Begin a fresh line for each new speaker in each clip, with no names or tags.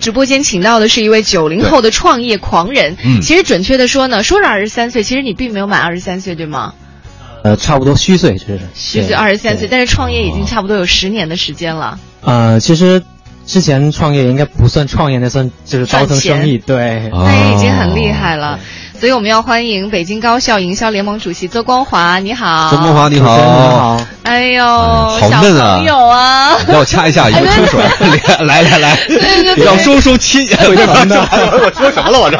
直播间请到的是一位九零后的创业狂人。
嗯
其实准确的说呢，说是二十三岁，其实你并没有满二十三岁，对吗？
呃，差不多虚岁，其实是
虚岁二十三岁，
对
但是创业已经差不多有十年的时间了。
呃，其实之前创业应该不算创业，那算就是
赚
倒腾生意，对，
哦
那也已经很厉害了。所以我们要欢迎北京高校营销联盟主席邹光华，你好。
曾国。华啊你好，
主持人 你好，
哎呦，
好
小
嫩啊
朋友啊！
让我掐一下，一个出水， 来来来，要收收亲，我这 什么？我说什么了？我这，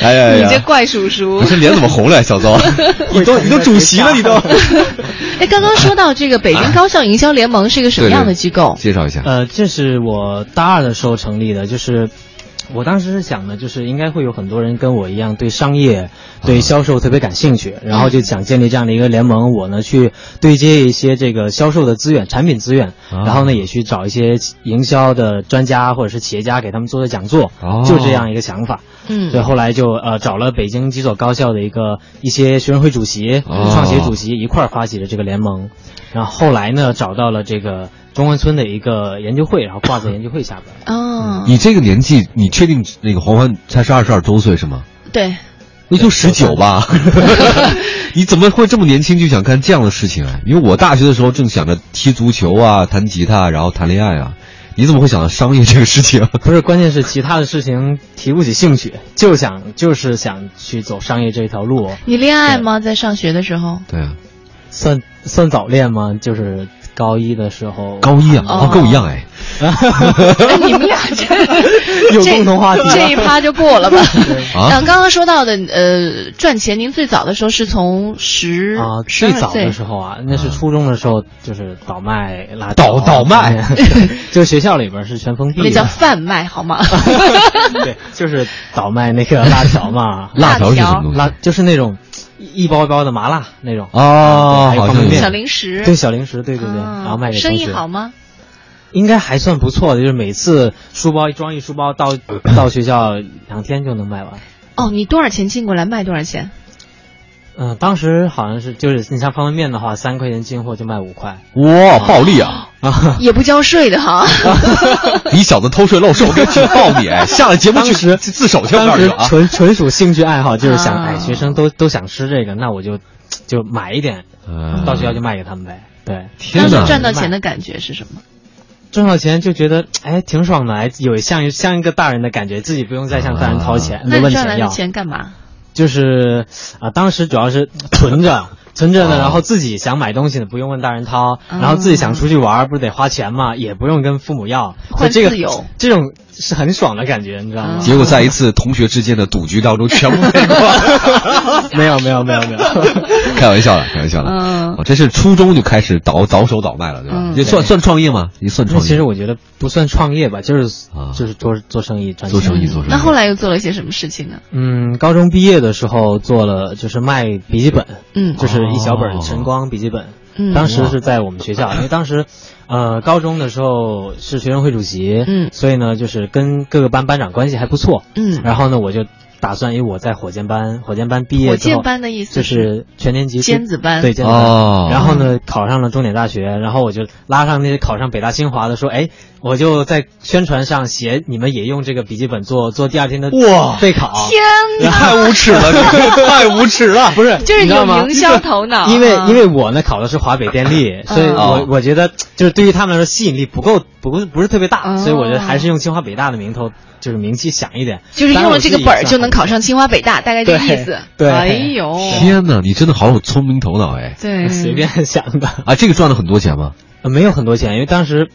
哎呀
你这
呀，
怪叔叔
我。这脸怎么红了呀，小邹？你都你都主席了，你都。
哎，刚刚说到这个北京高校营销联盟是一个什么样的机构？
介绍一下，
呃，这是我大二的时候成立的，就是我当时是想的，就是应该会有很多人跟我一样对商
啊
业、对销售特别感兴趣，然后就想建立这样的一个联盟，我呢去对接一些这个销售的资源、产品资源，
啊
然后呢也去找一些营销的专家或者是企业家给他们做的讲座，
哦
就这样一个想法。
嗯
所以后来就呃找了北京几所高校的一个一些学生会主席、
哦
创协主席一块儿发起了这个联盟，然后后来呢找到了这个中关村的一个研究会，然后挂在研究会 下边。
哦，
你这个年纪，你确定那个黄欢才是二十二周岁是吗？
对，
那就十九吧。 你怎么会这么年轻就想干这样的事情啊？因为我大学的时候正想着踢足球啊、弹吉他，然后谈恋爱啊。你怎么会想到商业这个事情？
不是，关键是其他的事情提不起兴趣，就想就是想去走商业这条路，
你恋爱吗？在上学的时候？
对啊，
算 算早恋吗？就是高一的时候，
高一啊，
哦
哦，跟我一样哎。
哎，你们俩真
有
这
共同话题
这一趴就过了 吧？
啊
嗯，刚刚说到的，呃，赚钱，您最早的时候是从十
啊，
十
最
二
早的
岁
时候啊，那是
嗯
初中的时候，就是倒卖辣
倒
椒，
倒卖，
就学校里边是全封闭的，
那叫贩卖好吗？，
对，就是倒卖那个辣条嘛
辣
条是什么
条
东西？
辣就是那种一一包一包的麻辣那种，
哦，
对
好
还有方
像
便
小
面
零食。
对小零食，对对对，
啊
然后卖给
生
同
意
学，
好吗？
应该还算不错的，就是每次书包一装一书包 到到学校两天就能卖完。
哦，你多少钱进过来卖多少 钱？
嗯、当时好像是就是你像方便面的话，三块钱进货就卖五块，
哇，暴利 啊！
也不交税的 哈。
你小子偷税漏税，我给举报 你！哎，下了节目去
当时
自首去，我告
当
诉你
时
啊！
纯纯属兴趣爱好，就是想、
啊
哎学生都都想吃这个，那我就就买一点，
嗯
到学校就卖给他们呗。对，
当
天
时
哪，
赚到钱的感觉是什么？
挣到钱就觉得哎挺爽的，哎有像像一个大人的感觉，自己不用再向大人掏钱，
啊那
没
你
问
赚来
钱
的
要。
钱干嘛？
就是啊，当时主要是存着。存着
哦
呢，然后自己想买东西呢，不用问大人掏；
嗯
然后自己想出去玩儿，不是得花钱嘛，也不用跟父母要。所
换
以这
自
个
由。
这种是很爽的感觉，你知道吗？
结果在一次同学之间的赌局当中全部 被
哦
过。
没有没有没有 没有，
开玩笑的，开玩笑的。
嗯
哦，这是初中就开始倒倒手倒卖了，对吧？
嗯
这算算创业吗？也算
那
创业。
其实我觉得不算创业吧，就是
啊
就是做做生意赚
做
钱。
生意做生意
嗯那后来又做了些什么事情呢？
嗯，高中毕业的时候做了就是卖笔记本，
嗯
就是一小
哦
本晨光笔记本。嗯
嗯
当时是在我们学校，因为当时，呃，高中的时候是学生会主席，
嗯
所以呢，就是跟各个班班长关系还不错，
嗯，
然后呢，我就打算，因为我在火箭班，火箭班毕业
火
之后，
箭班的意思
就是全年级最
尖子班
对尖子班。
哦
然后呢，考上了重点大学，然后我就拉上那些考上北大清华的说，哎，我就在宣传上写你们也用这个笔记本做做第二天的
哇
备考。
天
你 太无耻了，你太无耻 了！
不是，
就是
你知道
有
吗
营销头脑
因为
啊
因为我呢考的是华北 电力，所以
哦
我我觉得就是对于他们来说吸引力不够，不不是特别
哦
大，所以我觉得还是用清华北大的名头，就是名气响一点。
就是用了这个本儿就能考
上。
上清华北大，大概这个意思。
对对
哎呦，
天哪，你真的好有聪明头脑哎！
对，
随便想的，
啊，这个赚了很多钱吗？
呃没有很多钱，因为当时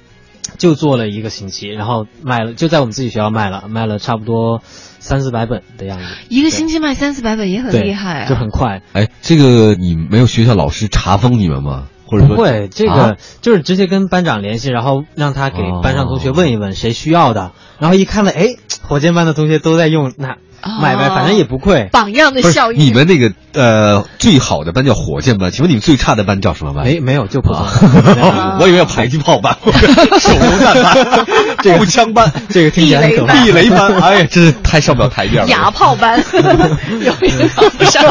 就做了一个星期，然后卖了，就在我们自己学校卖了，卖了差不多三四百本的样子，
一个星期卖三四百本也 很
对，
厉害
就
啊。
很快。
哎，这个你没有学校老师查封你们吗？或者
不
说
会，这
啊
个就是直接跟班长联系，然后让他给班上
哦
同学问一问谁需要的，然后一看到，哎，火箭班的同学都在用，那
哦
买呗，反正也不贵。
榜样的
不是
效应。
你们那个呃最好的班叫火箭班，请问你们最差的班叫什么班？
没没有就普通，
啊，我以为有迫击炮班、 手榴弹班、步枪班、
这个听起来很可怕。
地雷班，哎呀，真是太上不了台面了。
哑 炮班有一个考不上，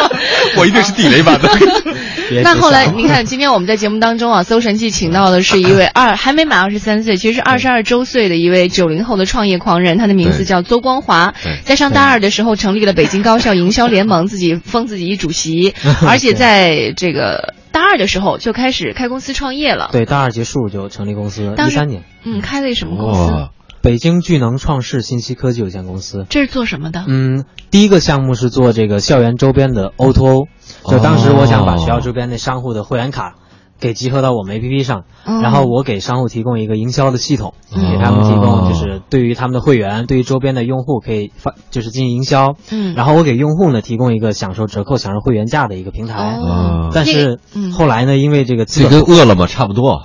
我一定是地雷班的。
别
那后来
别想了
你看，今天我们在节目当中啊，《搜神记》请到的是一位二还没满二十三岁，其实是二十二周岁的一位九零后的创业狂人，他的名字
对
叫邹光华
对。
在上大二的时候，成立了北京高校营销联盟，自己封自己一主 席，而且在这个大二的时候就开始开公司创业了。
对，大二结束就成立公司了，
当
一
时
三年，
嗯，开了什么公司？
哇，
北京聚能创世信息科技有限公司。
这是做什么的？
嗯，第一个项目是做这个校园周边的 O to O，就当时我想把学校周边的商户的会员卡给集合到我们 APP 上，
哦
然后我给商户提供一个营销的系统，
嗯
给他们提供就是对于他们的会员，对于周边的用户可以发就是进行营销，
嗯
然后我给用户呢提供一个享受折扣、享受会员价的一个平台。
哦，
但
那
是
个嗯
后来呢，因为这个资
这嗯
本
跟饿了么差不多。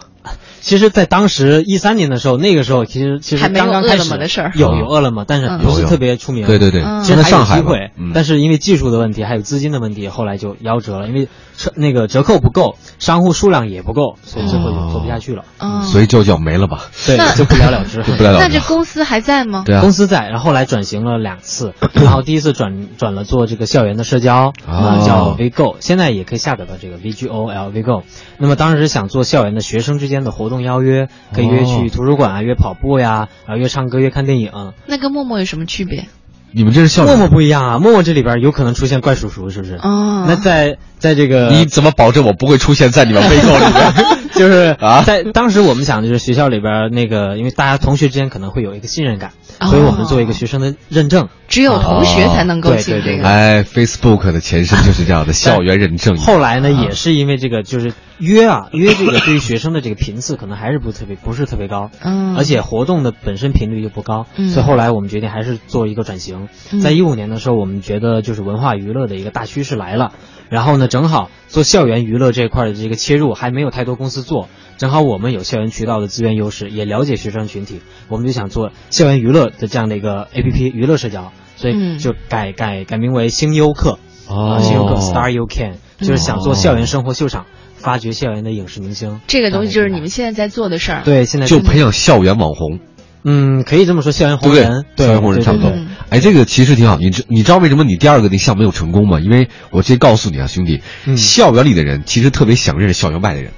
其实，在当时一三年的时候，那个时候其实其
还
实
没有
刚刚开
饿了
始
么的事儿
有有饿了么，但是
嗯
不
有
是
有
特别出名。
对对对
嗯，
现在上海
还有
了
机会，
嗯
但是因为技术的问题，还有资金的问题，后来就夭折了，因为折那个折扣不够，商户数量也不够，所以最后就做不下去了，
哦
所以就叫没了吧，
对
那，
就不了了之。
就不了
那
了
这
之。
公司还在吗？
对啊
公，司在，然后后来转型了两次，然后第一次转转了做这个校园的社交，啊、
哦
叫 VGo，现在也可以下载到这个 VGOL VGo。那么当时想做校园的学生之间的活动邀约，可以约
哦
去图书馆啊，约跑步呀，然后约唱歌、约看电影。
那跟陌陌有什么区别？
你们这是校
陌
长
陌不一样啊，陌陌这里边有可能出现怪叔叔，是不是？
哦
那在在这个
你怎么保证我不会出现在你们被告里面？
就是
啊
在当时我们想的就是学校里边儿那个，因为大家同学之间可能会有一个信任感，
哦
所以我们做一个学生的认证。
只有同学才能够进
哦
这
对对
个。
哎，Facebook 的前身就是这样的校园认证。
后来呢，也是因为这个就是约啊嗯 约这个对于学生的这个频次可能还是不特别不是特别高，
嗯
而且活动的本身频率又不高，
嗯
所以后来我们决定还是做一个转型。
嗯
在一五年的时候，我们觉得就是文化娱乐的一个大趋势来了，然后呢，正好做校园娱乐这一块的这个切入还没有太多公司做，正好我们有校园渠道的资源优势，也了解学生群体，我们就想做校园娱乐的这样的一个 APP 娱乐社交，所
嗯
以就改、改改名为星优客。
哦嗯
啊，新有个 Star You Can，就是想做校园生活秀场，发掘校园的影视明星。
这个东西就是你们现在在做的事儿。，
对现在
就培养校园网红，
嗯，可以这么说，校
对
园红
不对
人，？
校园红人
对
差不多
对对。
哎，这个其实挺好。你知你知道为什么你第二个那项没有成功吗？因为我直接告诉你啊，兄弟，
嗯
校园里的人其实特别想认识校园外的人。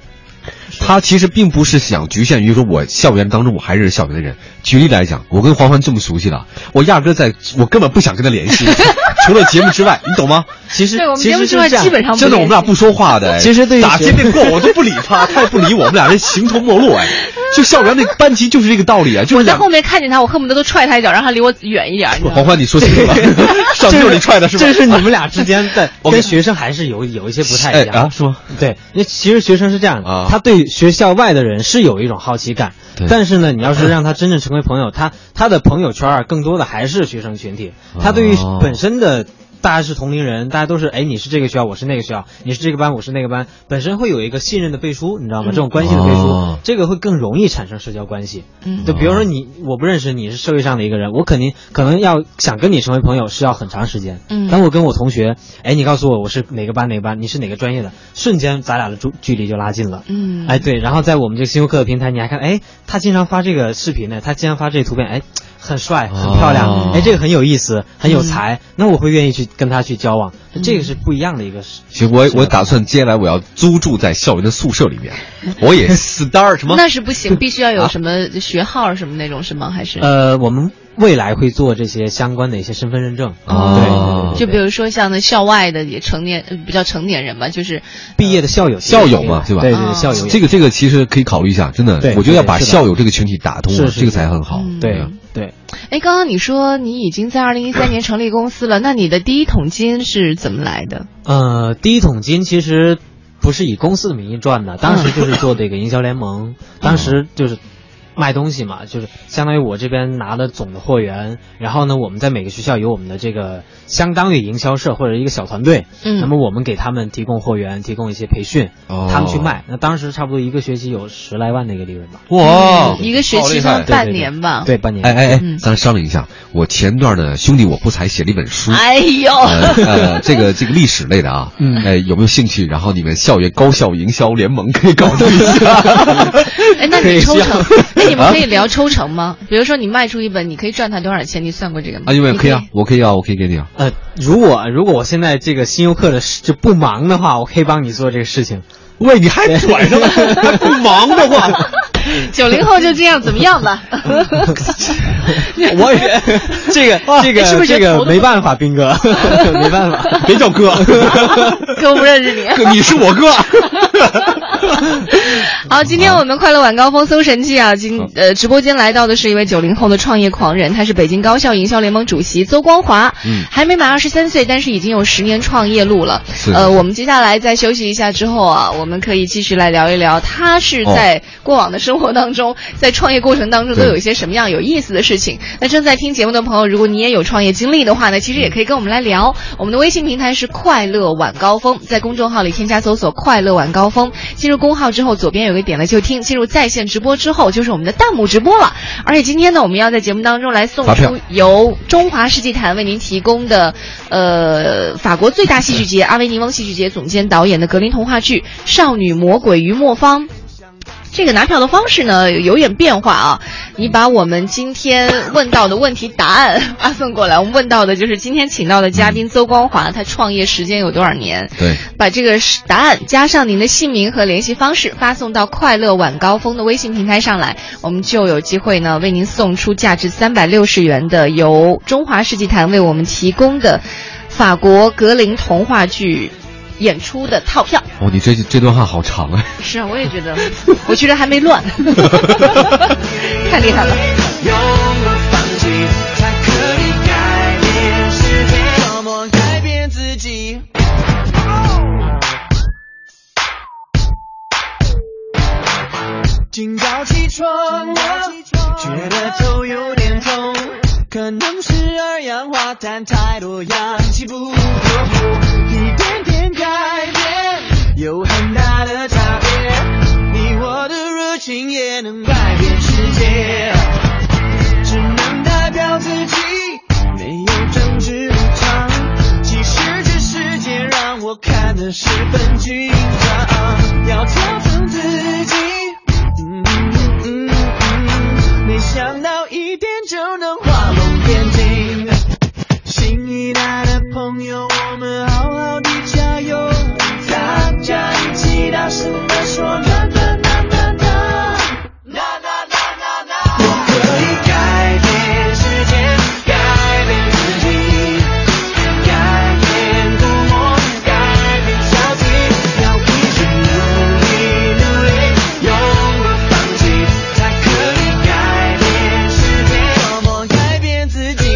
他其实并不是想局限于说，我校园当中我还认识校园的人。举例来讲，我跟黄欢这么熟悉了，我压根儿在，我根本不想跟他联 系，除了节目之外，你懂吗？
其实
对我们
其
节目
实
之
是
外
这样
基本上不
真的，我们俩不说话 的。哎
其实对于
打
学
街面过我都不理他，他也不理我，我们俩人形同陌路。哎，就校园那个班级就是这个道理啊，就
我
是
在
两
后面看见他，我恨不得都踹他一脚，让他离我远一点。你知道
黄
吗？
欢，你说清楚了，上
这
就是你踹的是吧？
这是你们俩之间在
我跟
跟学生还是有有一些不太
哎
一样
啊，是吗？
对，因为其实学生是这样
啊
的，他对学校外的人是有一种好奇感
对，
但是呢，你要是让他真正成为朋友，他他的朋友圈儿啊更多的还是学生群体，他对于
哦
本身的。大家是同龄人，大家都是哎，你是这个学校，我是那个学校，你是这个班，我是那个班，本身会有一个信任的背书，你知道
嗯
吗？这种关系的背书，
哦
这个会更容易产生社交关系。
嗯
就比如说你，我不认识你是社会上的一个人，我肯定可能要想跟你成为朋友是要很长时间。
嗯
当我跟我同学，哎，你告诉我我是哪个班哪个班，你是哪个专业的，瞬间咱俩的距距离就拉近了。
嗯
哎对，然后在我们这个星游课的平台，你还看，哎，他经常发这个视频呢，他经常发这图片，哎，很帅，很漂亮，
哦
哎，这个很有意思，很
嗯
有才，那我会愿意去跟他去交往，这个是不一样的一个事。
行，我我打算接下来我要租住在校园的宿舍里 面，我也 star 什么？
那是不行，必须要有什么学号什么那种是吗？还
嗯
是？
呃，我们未来会做这些相关的一些身份认证，
哦
对对对对
就比如说像那校外的也成年，呃比较成年人吧，就是
毕业的校友，
校友嘛对
对
吧啊
啊对
嗯
对，校友也
这个这个其实可以考虑一下，真的
对，
我觉得要把
对是的
校友这个群体打通了，
是是
这个才很好。
嗯
对
嗯
对，
哎，刚刚你说你已经在二零一三年成立公司了，那你的第一桶金是怎么来的？
呃，第一桶金其实不是以公司的名义赚的，当时就是做这个营销联
嗯
盟，当时就是。卖东西嘛，就是相当于我这边拿的总的货源，然后呢，我们在每个学校有我们的这个相当于营销社或者一个小团队，
嗯
那么我们给他们提供货源，提供一些培训，
哦
他们去卖。那当时差不多一个学期有十来万的一个利润吧，
哇
嗯
一个学
好
期
厉害
算
对
半年吧。
对，半年。
哎哎哎
嗯，
咱商量一下，我前段呢，兄弟我不才写了一本书。
哎呦，
嗯呃，呃这个这个历史类的啊，
嗯
哎，有没有兴趣？然 后你们校园高校营销联盟可以搞定一下。
哎，那你抽成，哎，你们可以聊抽成吗？比如说你卖出一本，你可以赚他多少钱？你算过这个吗？
啊，因为
你
可以啊，我可以啊，我可以给你啊。
呃，如果如果我现在这个新游客的事就不忙的话，我可以帮你做这个 事情。
喂，你还拽上了，还不忙的话，
九零后就这样，怎么样吧？
我也这个这个、
哎你是不是
这
觉得头
个
疼
没办法，斌哥， 没办法。
别叫哥，
哥不认识你。
你是我哥。
好，今天我们快乐晚高峰搜神器啊，今呃直播间来到的是一位九零后的创业狂人，他是北京高校营销联盟主席邹光华，
嗯
还没满二十三岁，但是已经有十年创业路了。
是
呃，我们接下来在休息一下之后啊，我们可以继续来聊一聊，他是
哦
在过往的生活当中，在创业过程当中都
对
有一些什么样有意思的事情。那正在听节目的朋友，如果你也有创业经历的话呢，其实也可以跟我们来聊。我们的微信平台是快乐晚高峰，在公众号里添加搜索“快乐晚高峰”，进入公号之后，左边有个点了就听，进入在线直播之后就是我们的弹幕直播了。而且今天呢，我们要在节目当中来送
发票
出由中华世纪坛为您提供的，呃，法国最大戏剧节阿维尼翁戏剧节总监导演的格林童话剧《少女魔鬼与磨坊》。这个拿票的方式呢有点变化啊，你把我们今天问到的问题答案 发送过来。我们问到的就是今天请到的嘉宾邹光华，他创业时间有多少年？
对，
把这个答案加上您的姓名和联系方式发送到快乐晚高峰的微信平台上来，我们就有机会呢为您送出价值三百六十元的由中华世纪坛为我们提供的法国格林童话剧演出的套票。
哦，你这这段话好长啊。
是啊，我也觉得， 我觉得还没 乱，太厉害了。
永不放弃，才可以改变世界。怎么改变自己？今早起床了，觉得头有点痛，可能是二氧化碳太多，氧气不够，一点点改变有很大的差别，你我的热情也能改变世界，只能代表自己，没有政治立场，其实这世界让我看得十分紧张，要调整自己。嗯嗯嗯嗯，没想到一点就能画龙点睛。新一代的朋友，我们好好的加油，大家一起大声的说，啦啦啦啦啦，啦啦啦啦啦。我可以改变世界，改变自己，改变古默，改变小题，要一直努力努力，永不放弃，才可以改变世界，怎么改变自己？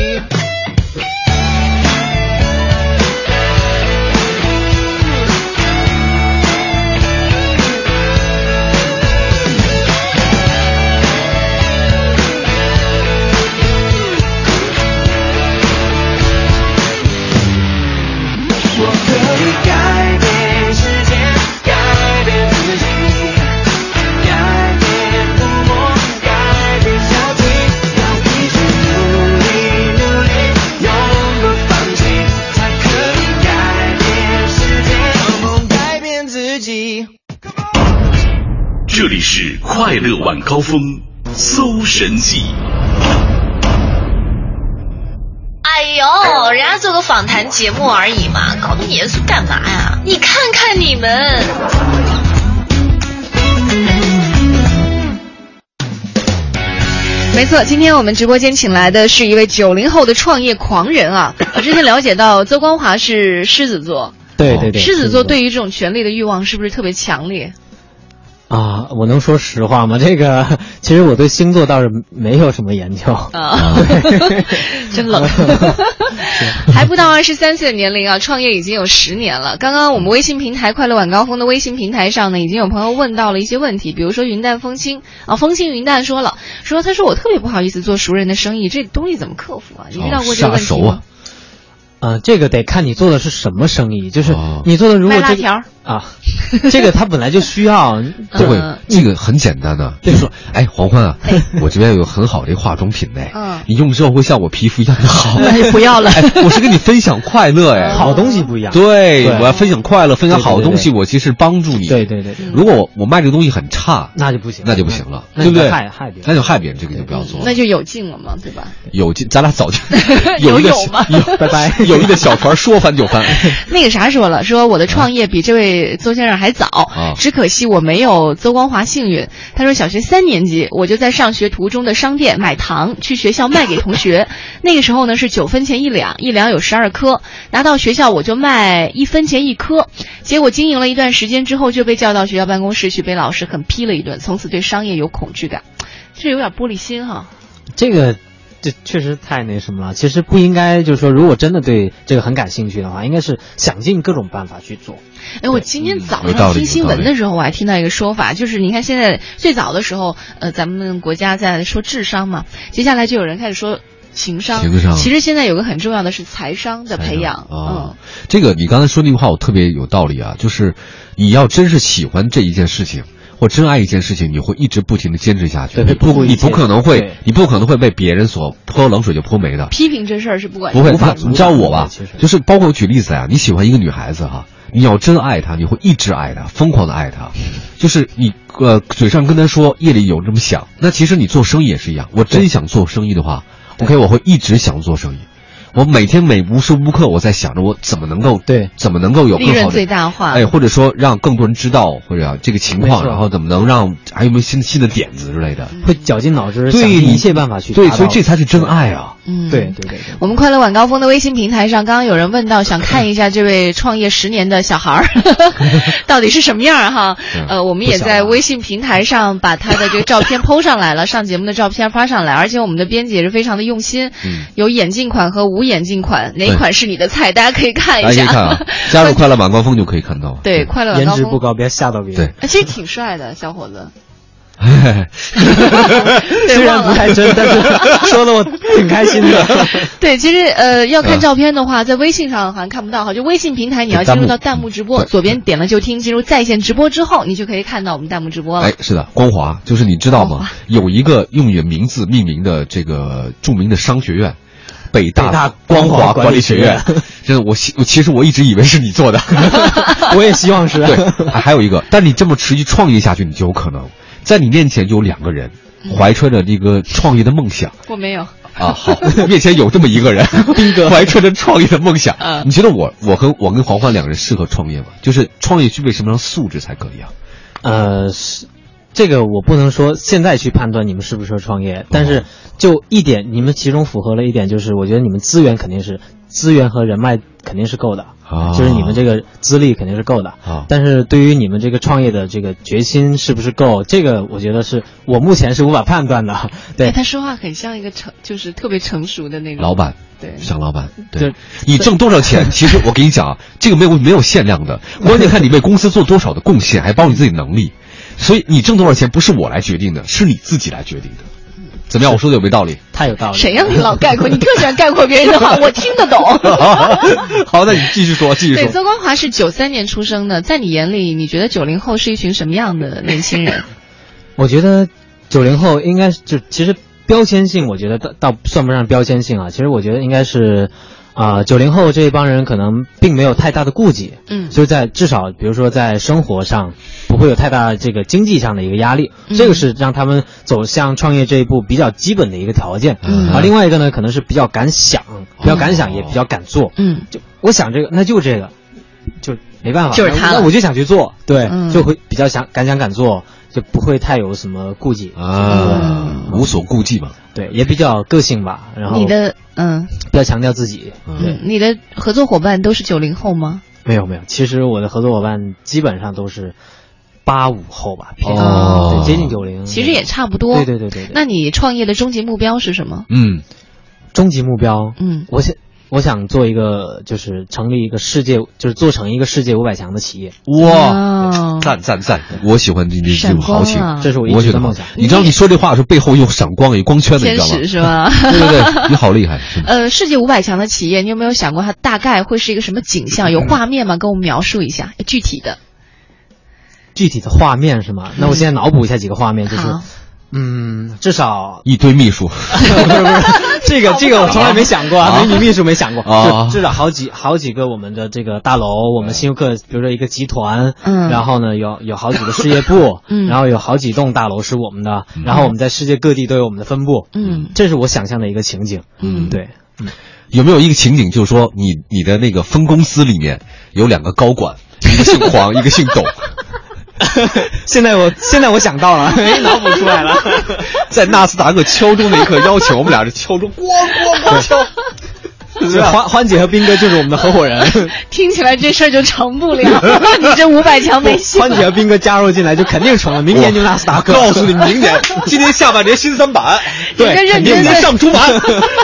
我可以改变世界，改变自己，改变不默，改变小题，要一直努力努力，永不放弃，才可以改变世界，做梦改变自己。
这里是快乐晚高峰，搜神记。
哎呦，人家做个访谈节目而已嘛，搞那么严肃干嘛呀？你看看你们。没错，今天我们直播间请来的是一位九零后的创业狂人 啊！我之前了解到邹光华是狮子座，
对对对，
狮子座对于这种权力的欲望是不是特别强烈？
啊，我能说实话吗？这个 其实我对星座倒是没有什么研究。
啊，真 冷。 还不到二十三岁的年龄啊，创业已经有十年了。刚刚我们微信平台“快乐晚高峰”的微信平台上呢，已经有朋友问到了一些问题，比如说云淡风轻啊，风轻云淡说了，说 他说我特别不好意思做熟人的生意，这东西怎么克服啊？你遇到过这个问
杀
题
哦熟啊
吗？
呃，这个得看你做的是什么生意，就是
哦
你做的如果
卖辣
这个
条儿，
啊，这个他本来就 需要，
不会
嗯，
这个很简单的，就说，哎，黄欢啊，我这边有很好的化妆品嘞
嗯，
你用之后会像我皮肤一样的好。
哎不要了
哎，我是跟你分享快乐，哎，
好东西不
啊
一样。
对，
对
我要分享快乐，分享
对对
好
对
东西，
对
我其实是帮助你。
对对对对，
如果我我卖这个东西很差，
那就不行，
那就不行了，
那
对不对？
那害害别
那就
人。
害别人，这个就不要做了。
那就有劲了嘛，对吧？
有劲，咱俩 早就
有
一个
有吗
有
拜拜
有一个小团儿说翻就翻。
那个啥说了，说我的创业比这位邹先生还早，
啊
只可惜我没有邹光华幸运。他说小学三年级，我就在上学途中的商店买糖，去学校卖给同学。那个时候呢是九分钱一两，一两有十二颗，拿到学校我就卖一分钱一颗。结果经营了一段时间之后，就被叫到学校办公室去被老师狠批了一顿，从此对商业有恐惧感。这有点玻璃心哈，
这个这确实太那什么了。其实不应该，就是说，如果真的对这个很感兴趣的话，应该是想尽各种办法去做。
哎，我今天早
嗯有道
上
理
听新
有道
闻
理
的时候，我还听到一个说法，就是你看现在最早的时候，呃，咱们国家在说智商嘛，接下来就有人开始说情商。
情商
其实现在有个很重要的是财商的 培养嗯
啊、，这个你刚才说那句话，我特别有道理啊，就是你要真是喜欢这一件事情。或真爱一件事情，你会一直不停的坚持下去。
对
你
不顾
不，
一
你
切
不可能会
对，
你不可能会被别人所泼冷水就泼没的
嗯，。批评这事儿是不管
不会，
无法
你你知道我吧
其实？
就是包括我举例子啊，你喜欢一个女孩子哈、你要真爱她，你会一直爱她，疯狂的爱她。就是你呃嘴上跟她说夜里有这么想，那其实你做生意也是一样。我真想做生意的话，OK，我会一直想做生意。我每天每无时无刻我在想着我怎么能够
对
怎么能够有
利
更
润
好的
最大化
哎，或者说让更多人知道或者这个情
没
况，
错
然后怎么能让还有没有新新的点子之类的。
嗯
会绞尽脑汁，想
对，
尽
你
一切办法去
对，
达
所以
到
这才是真爱啊。
嗯，
对对对对。
我们快乐晚高峰的微信平台上，刚刚有人问到，想看一下这位创业十年的小孩儿到底是什么样儿哈
嗯？
呃，我们也
不小
在
了
微信平台上把他的这个照片剖上来了，上节目的照片发上来，而且我们的编辑也是非常的用心，
嗯
有眼镜款和无眼镜款，哪
对
款是你的菜？大家可以看
大
一
家
下。
可以看啊，加入快乐晚高峰就可以看 到。
对，快乐晚
颜
高
值不
峰。
高，别吓到别人。
哎其实挺帅的小伙子，
哎，
对，
虽
忘
然不
了。
太真，但是说的我挺开 心的。
对，其实呃，要看
嗯
照片的话，在微信上好像看不到哈，就微信平台你要
对弹
进
幕
入到弹幕直播，
对
左边点了就听，进入在线直播之后，你就可以看到我们弹幕直播了
哎。，是的，光华，就是你知道
光
吗
华？
有一个用你的名字命名的这个著名的商学院，北大
北大
光华
光华
管
管
理
理
学
学
院
院。
真的，我希我其实我一直以为是你做的。
我也希望是。
对，还还有一个，但你这么持续创业下去，你就有可能在你面前就有两个人。怀揣着这个创业的梦想
我没有，
啊，好，面前有这么一个人，斌哥怀揣着创业的梦想
嗯，
你觉得我我跟我跟黄欢两个人适合创业吗？就是创业具备什么样的素质才可以啊？
呃，是这个我不能说现在去判断你们适不适合创业，但是就一点，你们其中符合了一点，就是我觉得你们资源肯定是资源和人脉肯定是够的。
啊
就是你们这个资历肯定是够的，
啊
但是对于你们这个创业的这个决心是不是够，这个我觉得是我目前是无法判断的。 对，
哎他说话很像一个成，就是特别成熟的那种
老。板，
对
想老板，
对
对，你挣多少钱？其实我跟你讲啊，这个没有没有限量的，关键看你为公司做多少的贡献，还包括你自己能力。所以你挣多少钱不是我来决定的，是你自己来决定的。怎么样？我说的有没有道理？
太有道理了。
谁让你老概括？你特喜欢概括别人的话，我听得懂。
好，那你继续说，继续
对，
说。
邹光华是九三年出生的，在你眼里，你觉得九零后是一群什么样的年轻人？
我觉得九零后应该是就其实标签性，我觉得倒倒算不上标签性啊。其实我觉得应该是，啊九零后这一帮人可能并没有太大的顾忌，
嗯
就是在至少比如说在生活上不会有太大这个经济上的一个压力，
嗯
这个是让他们走向创业这一步比较基本的一个条件。
嗯
啊，另外一个呢，可能是比较敢想，比较敢想也比较敢做。
嗯，
就我想这个，那就这个，就没办法，
就是它了
那我就想去做，对，
嗯
就会比较想敢想敢做，就不会太有什么顾忌，
啊，无所顾忌嘛。
对，也比较个性吧，然后
你的嗯
比较强调自己，
嗯，你的合作伙伴都是九零后吗？
没有没有，其实我的合作伙伴基本上都是八五后吧，偏
哦
对接近九零，
其实也差不多。
对对对对对。
那你创业的终极目标是什么？
嗯，
终极目标，
嗯
我现我想做一个，就是成立一个世界，就是做成一个世界五百强的企业，
哇
赞赞赞！我喜欢你你这
哦闪
种豪
光
情，
啊
这是我一
我觉得
直的
好
梦想。
你知道你说这话的时候，背后有闪光、有光圈的，你
天
知道吗？
使是吧？
对对对，你好厉害！真的
呃，世界五百强的企业，你有没有想过它大概会是一个什么景 象？有画面吗？跟我们描述一下具体的。
具体的画面是吗？那我现在脑补一下几个画面，就是
好，
嗯，至少
一堆秘书，
这个这个我从来没想过，啊，美女秘书没想过，
啊
就至少好几好几个我们的这个大楼，我们星游客，比如说一个集团，
嗯
然后呢有有好几个事业部，
嗯
然后有好几栋大楼是我们的，然后我们在世界各地都有我们的分部，
嗯
这是我想象的一个情景，
嗯
对，
有没有一个情景，就是说你你的那个分公司里面有两个高 管，一个姓黄，一个姓董，
现在我现在我想到了， 脑补 出来了，
在纳斯达克敲钟那一刻要求我们俩是敲钟，咣咣咣 敲。
欢欢姐和斌哥就是我们的合伙人，
听起来这事儿就成不 了，你这五百强没戏
欢姐和斌哥加入进来就肯定成了，明年就纳斯达克，
告诉你，明 年今年下半年新三板，
你这
对，
认
肯
真
定
的
能上主 板。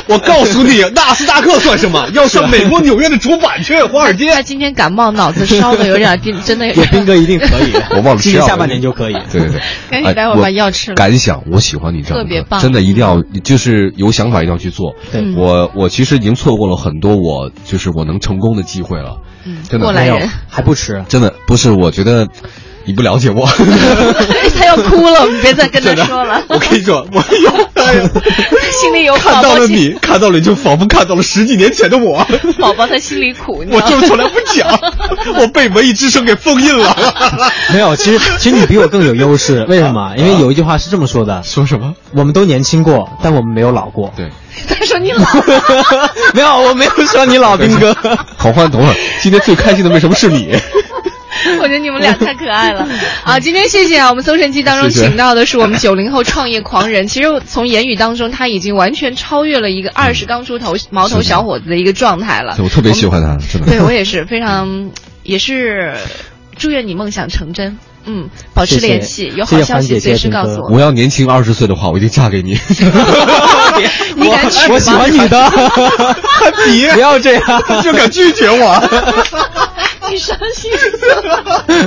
我告诉你，纳斯达克算什么？要上美国纽约的主板去，华尔街
他。今天感冒，脑子烧的有点，真的有
有斌
点。
哥一定可 以，
我忘了吃
今年
药了
下半年就可以，
对对对，
赶紧
哎
待会儿
我
把药吃了
敢想，我喜欢你这样的歌，
特别棒
真的一定要，就是有想法一定要去做。
对
嗯
我我其实已经错过了很多我就是我能成功的机会了，
嗯
真的
过来
没有
人，
还不迟。
真的不是，我觉得你不了解我，
他要哭 了，你别再 跟他说了。
我跟你说，我有，哎呀，
心 里有
看
宝
到
宝
了
心，
你，看到了你就仿佛看到了十几年前 的我，
宝宝他心里苦，你知
我
道
就
吗？
是从来不讲，我被文艺之声给封印了。
没有，其实其实你比我更有优 势，为什么？因为有一句话是这么说的：
说什么？
我们都年轻过，但我们没有老过。
对，
他说你老，
没有，我没有说你老兵哥。
好欢，等会儿，今天最开心的为什么是你？
我觉得你们俩太可 爱了啊！今天谢谢啊，我们搜神记当中
谢谢
请到的是我们九零后创业狂人。其实从言语当中，他已经完全超越了一个二十刚出头毛头小伙子的一个状态了。
嗯我特别喜欢他，真的。
对啊我也是非常，也是祝愿你梦想成真。嗯，保持
谢谢
联系，有好
谢谢
消
环
息
姐
随时
谢谢
告
斌
诉
哥
我。
我要年轻二十岁的话，我一定嫁给你。
你敢娶吗？
我喜欢你的，
还比
不要这样。
就敢拒绝我？
你伤心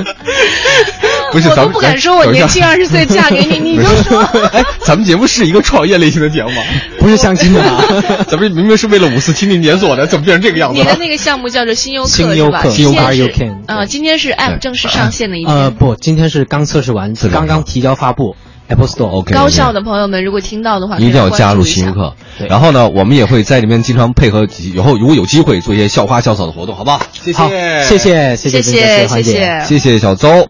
不是
我
咱
都
们
不敢说，我
等一下
年轻二十岁嫁给你，你 就说。
哎，咱们节目是一个创业类型的节目吗？
不是相亲的啊，
咱们明明是为了五四青年连锁的，怎么变成这个样子
你的
了？
那个项目叫做新优客
新
是
优
吧？
客
今天是
Are you can，
啊，今天是 App
对
正式上线的一
呃，
天。
不，今天是刚测试完，
测试完
刚刚提交发布 Apple Store。
OK，
高校的朋友们，如果听到的话，
一定要
可以
加入
关注一下
新游。客。
对
然后呢，我们也会在里面经常配合，以后如果有机会做一些校花校草的活动，好不好？谢
好，谢谢谢
谢
谢斌哥谢
谢
环
谢
姐。
谢。
谢谢小邹。